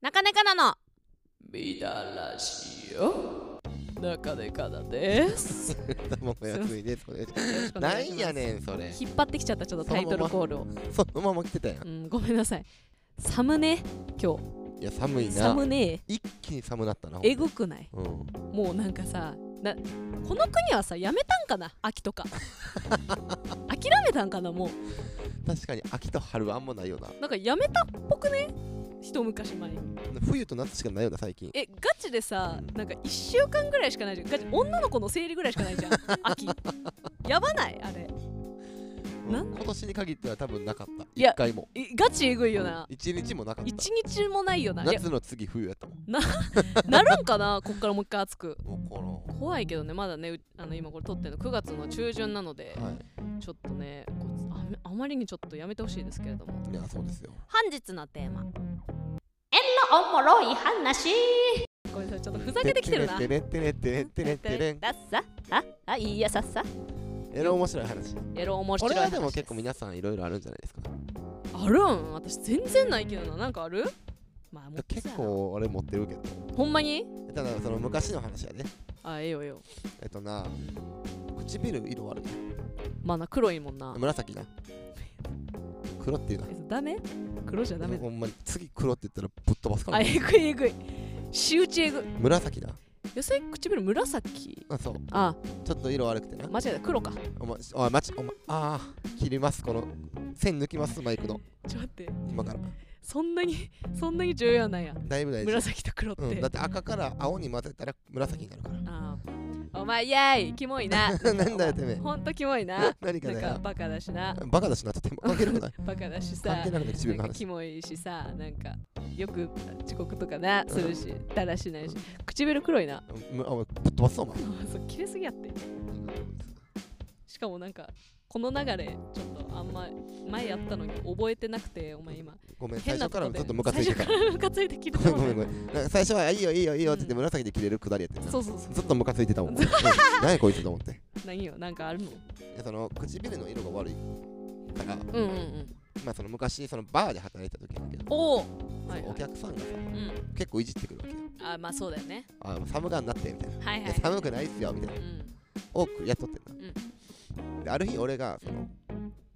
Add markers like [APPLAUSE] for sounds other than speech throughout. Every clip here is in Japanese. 中根かなのみだらしよ中根かなですもう安いです。[LAUGHS] お願いしよろしまくすお [LAUGHS] な願いしんますやねん、それ。引っ張ってきちゃったちょっとタイトルコールを、そのまま来てたやん。うん、ごめんなさい寒ね今いや、寒い日な寒。ね一気に寒なったな。ほんとえぐくないうん。もうなんかさなこの国はさやめたんかな秋 [LAUGHS] とか諦めたんかなも確かに秋と春はあんまないよな。うなんかやめたっぽくね一昔前に冬と夏しかないよな、最近。えガチでさなんか1週間ぐらいしかないじゃんガチ女の子の生理ぐらいしかないじゃん [LAUGHS] 秋やばないあれな今年に限っては多分なかった。いや一回も。いガチえぐいよな一日もなかっ一た。日もないよないや夏の次冬やったもん。なるんかな [LAUGHS] こっからもう一回暑くもうこ怖いけどねまだねうあの今これ撮ってるの9月の中旬なのでの。はい。ちょっとねこうあめあまりにちょっとやめてほしいですけれどもいや、そうですよ。本日のテーマ縁のおもろい話ごめんなさいちょっとふざけてきてるなてれってれってれってれってれってれん。だっさああいいやさっさえら面白い話。エロ面こ白いれ話はでも結構皆さんいろいろあるんじゃないですか。あるん私全然ないけどななんかあるまあもう結構俺持ってるけど。ほんまにただその昔の話やね。あええよええよえっとな、唇色悪い。まあな黒いもんな紫な。黒っていうな。えダメ黒じゃダメだほんまに次黒って言ったらぶっ飛ばすかあらえぐいえぐい仕打ちえぐい紫な寄せ唇紫あそうあちょっと色悪くてな間違えた黒かお前おい待ちお前あー切りますこの線抜きますマイクのちょっと待って今からそんなに [LAUGHS] そんなに重要なんやだいぶ大事紫と黒って、うん、だって赤から青に混ぜたら紫になるかああお前イエーイキモいなら [LAUGHS] なんだよてめえほんとキモいな [LAUGHS] 何かなんだかよバカだしなバカだしなちょっと関係なくないバカだし [LAUGHS] さ関係なくなない唇んのか話キモいしさなんかよく遅刻とかなするしだらしないし唇黒いなむあお前ぶっ飛ばすぞお前そう切れすぎやってしかもなんかこの流れちょっとあんま前やったのに覚えてなくてお前 [LAUGHS] 今ごめん最変な初とかこらでずっとムカついて最た初からムカついてきてごた [LAUGHS] [LAUGHS] めんごめんごめんなんか最初はいいよいいよいいよって言って紫で切れるくだりやってそたうそうそうずっとムカついてたもんうん何やこいつと思って何よなんかあるのいやその唇の色が悪いから、うんうんうんまあ、その昔そのバーで働いてた時だけど、おおはいそはのおい客さんがさうん結構いじってくるわけよあまあそうだよねあ寒がんなってみたいな、はいいはいや寒くないっすよみたいなうん多く雇ってんな、である日俺がその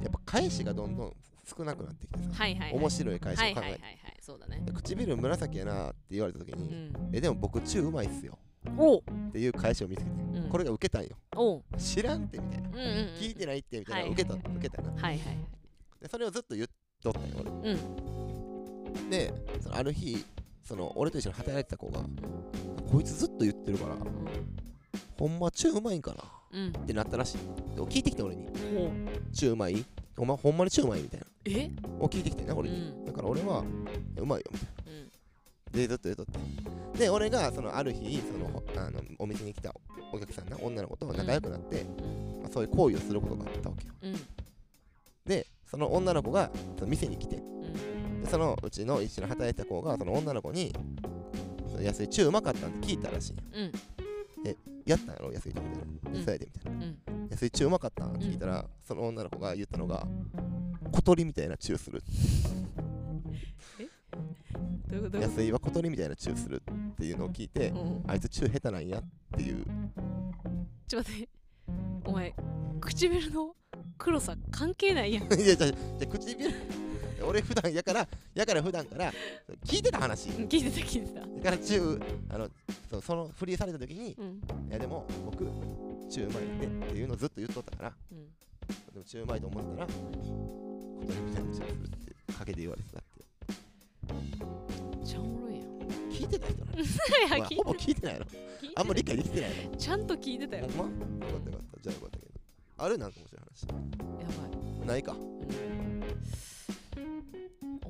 やっぱ返しがどんどん少なくなってきてさ、はいはいはい面白い返しをはい考えはて、いはいはいそうだねで唇紫やなって言われた時うに、んえでも僕中うまいっすよおおっていう返しを見つけて、うんこれがウケたんよおう知らんってみたいな、うんうんうん聞いてないってみたいな、はい受けた受けたなはいはいでそれをずっと言っとったんよ俺うんでそのある日その俺と一緒に働いてた子がこいつずっと言ってるからほんまチューうまいんかなっうんてなったらしいで聞いてきて俺におうチューうまいお前ほんまにチューうまいみたいなえを聞いてきてねう俺に、んだから俺はうまいよみたいうんなでずっと言うとってで俺がそのある日そのあのお店に来たお客さんな女の子と仲良くなって、まあそういう行為をすることがあったわけようんでその女の子がその店に来てうんでそのうちの一緒に働いてた子がその女の子にその安いチューうまかったんって聞いたらしいんようんやったんやろ安井とみたいな、うんそうやでみたいな、うん安井中うまかったんって聞いたら、その女の子が言ったのが小鳥みたいなチューするどういうことどういうこ安井は小鳥みたいなチューするっていうのを聞いて、とうんあいつチュー下手なんやっていう [LAUGHS] ちょっと待ってお前唇の黒さ関係ないやんいやじゃあじゃあ唇俺普段やからやから普段から聞いてた話聞いてた聞いてただからチューあのそうそのフリーされた時にうんいやでも僕チューうまいんでっていうのをずっと言っとったからうんでもチューうまいと思ってたら小鳥みたいなチューするってかけて言われてたってめっちゃおもろいやん聞いてた人なんいや [LAUGHS] まあ聞いほぼ聞いてないやろ聞いあんまて理解できてないたちゃんと聞いてたよのほんまよかったよかったじゃあよかったけどあるなんか面白いやばい話ない [LAUGHS] か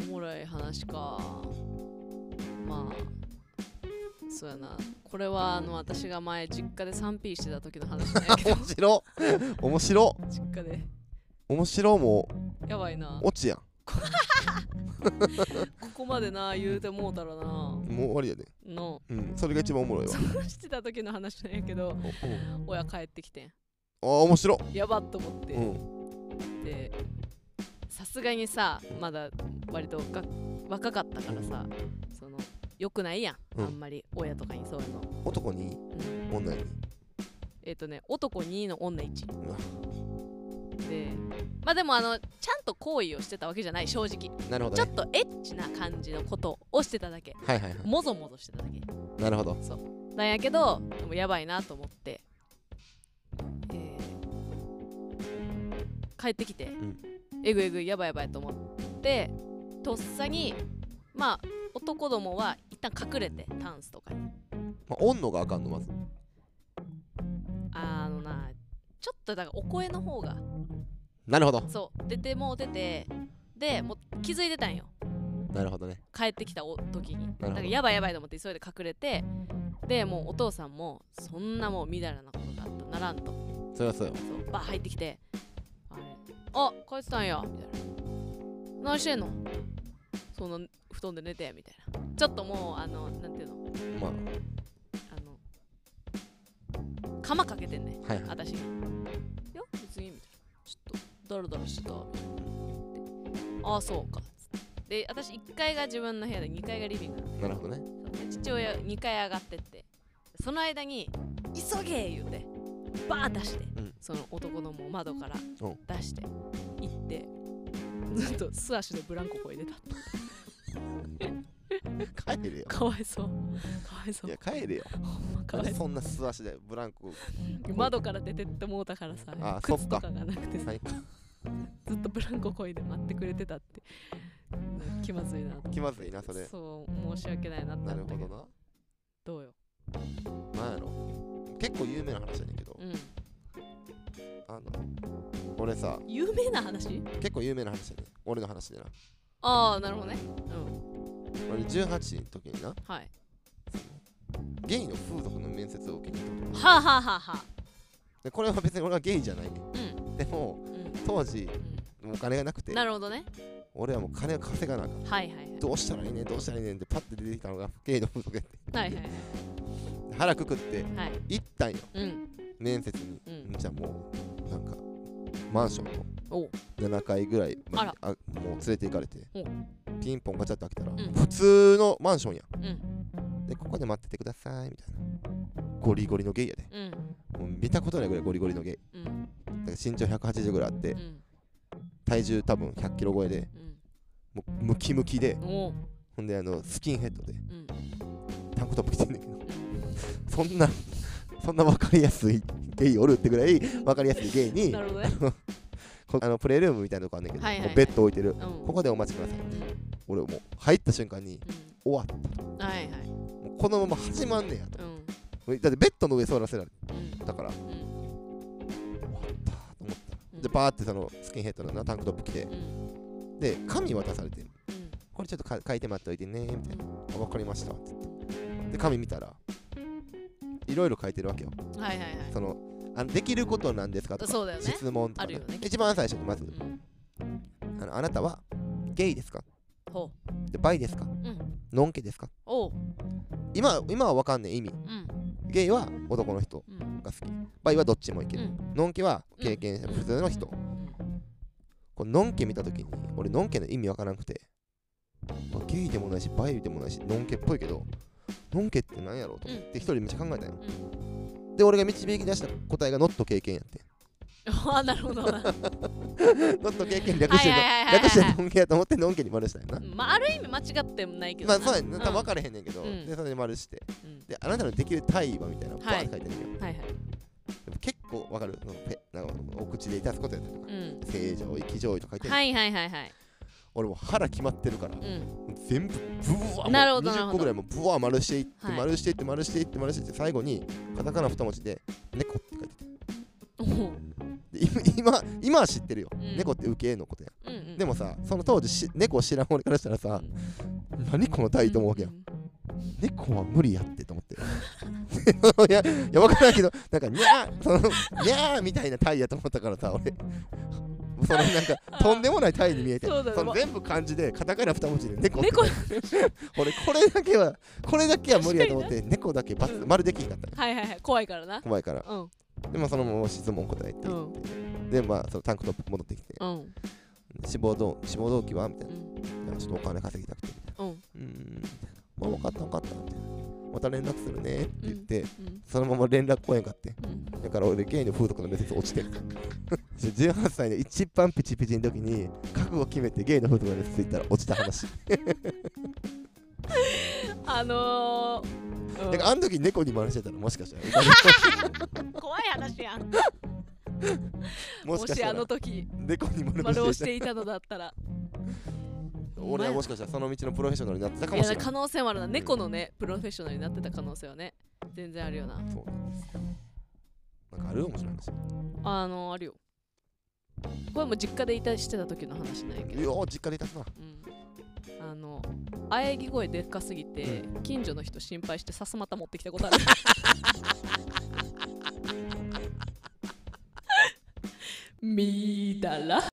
おもろい話かまあそうやなこれはあの私が前実家で 3P してた時の話だけど [LAUGHS] 面白面白実家で面白もやばいな落ちやここまでな言うてもうたらなんもう終わりやでのうんそれが一番おもろいわしてた時の話なんやけどおうん親帰ってきてんあー面白やばっと思っうてんでさすがにさまだ割とが若かったからさその良くないやん、うんあんまり親とかにそういうの、男にうん女にえっ、とね男2の女1うわでまあでもあのちゃんと行為をしてたわけじゃない正直なるほちどょっねとエッチな感じのことをしてただけはいはいはもぞもぞしてただけいなるほどなんやけどでもやばいなと思って、えー帰ってきて、んえぐえぐいやばいやばいと思ってとっさにまあ男どもは一旦隠れてタンスとかにまあ、おんのがあかんのまずあのなちょっとだからお声の方がなるほどそう出てもう出てでもう気づいてたんよなるほどね帰ってきたお時にほどなんかやばいやばいと思って急いで隠れてでもうお父さんもそんなもうみだらなことがあったならんとそりゃそうよそうバー入ってきてあれあ帰ってたんやみたいな何してんのそんな布団で寝てみたいなちょっともうあのなんていうのまああの釜かけてんねはいはい私にいや別にみたいなちょっとダラダラしてたみたいなああそうかつってで私1階が自分の部屋で2階がリビングなるほどねなので父親2階上がってってその間に「急げ!」言うてバー出して、んその男のもう窓からうん出して行ってずっと素足でブランコこいでた帰れよかわいそうかわいそいうや帰れよほんまかなんわいでそうそんな素足でブランコ窓から出てってもうたからさあーそっ靴かとかがなくてさ最高ずっとブランコこいで待ってくれてたってなんか気まずいなと思って気まずいなそれそう申し訳ないなってななるったほけどどどうよななんやろ結構有名な話やねんけどうんあの俺さ有名な話結構有名な話やねん俺の話でなああなるほどねうん俺18の時になはいゲイの風俗の面接を受けに行ったことがあるはあ、はあはあはあ、でこれは別に俺はゲイじゃないねんうんでもうん当時うお金がなくてんなるほどね俺はもう金を稼がなあかんはいはいはいどうしたらいいねんどうしたらいいねんってパッて出てきたのがゲイの風俗やってはいはい腹くくっはていはい行ったんようん面接に、うんじゃあもうなんかマンションおうの7階ぐらいまでああもう連れて行かれておピンポンガチャって開けたら、ん普通のマンションやうんでここで待っててくださいみたいなゴリゴリのゲイやでうんもう見たことないぐらいゴリゴリのゲイうんだから身長180ぐらいあってうん体重多分100キロ超えでもうムキムキでうんおうほんであのスキンヘッドでうんタンクトップ着てんだけどそんなそんな分かりやすいゲイおるってぐらい分かりやすいゲイになるほどねこあのプレールームみたいなとこあんねんけど、はいはいはいもうベッド置いてるうんここでお待ちくださいうん俺もう入った瞬間にう終わったんはいはいもうこのまま始まんねやとうんだってベッドの上座らせられうんたからうんと思ったうんでバーってそのスキンヘッドのなタンクトップ着てうんうんで紙渡されてこれちょっとか書いて待っておいてねみたいなあ分かりましたつってで紙見たらいろいろ書いてるわけようんはいはいはいそのあのできることなんですかとかそうだよね質問とか、あるよね一番最初にまずうんあのあなたはゲイですかほでバイですかううんノンケですかおう今今は分かんねえ意味うんゲイは男の人うんが好きバイはどっちもいける、うんノンケは経験者、うん普通の人、このノンケ見た時に俺ノンケの意味わからなくて、まあゲイでもないしバイでもないしノンケっぽいけどノンケって何やろうと思って一人めっちゃ考えたよ、で俺が導き出した答えがノット経験やって [LAUGHS] ああなるほどなん [LAUGHS] ノット経験 [LAUGHS] 略してはいはいはいはいはい略してノンケやと思ってノンケに丸したんやなまあある意味間違ってもないけまどあそうやんね多分分からへんねんけど、うんでそれで丸してうんであなたのできる体位はみたいなのバーって書いてるよ、はいはいでも結構わかるそのペなんかお口でいたすことやったりとか、うん正常位気常位とか書いてる、はいはいはいはい俺もう腹決まってるから、うん全部ブワーなるほどなる20ほど個ぐらいもうブワー丸していって、はい丸していって丸していって丸していって最後にカタカナ二文字で「猫」って書いてておうで今今今は知ってるよ、うん猫って受けのことや、うんうんでもさその当時し猫を知らん俺からしたらさ、何このな体位と思うわけや、ん、猫は無理やってと思って [LAUGHS] いやいや分からんけどなんかにゃーそのにゃーみたいな体位やと思ったからさ俺そのなんかとんでもない体位に見えてそうだねの全部漢字でカタカナ二文字で猫って猫はい [LAUGHS] 俺これだけはこれだけは無理やと思って猫だけバツうん丸できんかったよはいはい怖いからな怖いからうんでまあそのまま質問答えてうんでまあそのタンクトップ戻ってきてうん志望動志望動機はみたいうなんいやちょっとお金稼ぎたくてみたいなうんうーんみたいなまあ分かった分かったみたいなまた連絡するねって言って、うんそのまま連絡来へんかってうんだから俺ゲイの風俗の面接落 [LAUGHS] ちてる18歳の一番ピチピチの時に覚悟決めてゲイの風俗の面接行ったら落ちた話あのーうんだからあの時猫に真似してたらもしかした [LAUGHS] ら怖い話やんももしかししたあらの時猫に真似丸ををししてたていたのだったら俺はもしかしたらその道のプロフェッショナルになってたかいもやしれない可能性もあるな猫のねプロフェッショナルになってた可能性はね全然あるよなそうなんですよなんかある面白い話あのあるよこれも実家でいたしてた時の話なんやけいど、や実家でいたすなうん、あの喘ぎ声でっかすぎて近所の人心配してさすまた持ってきたことある見たら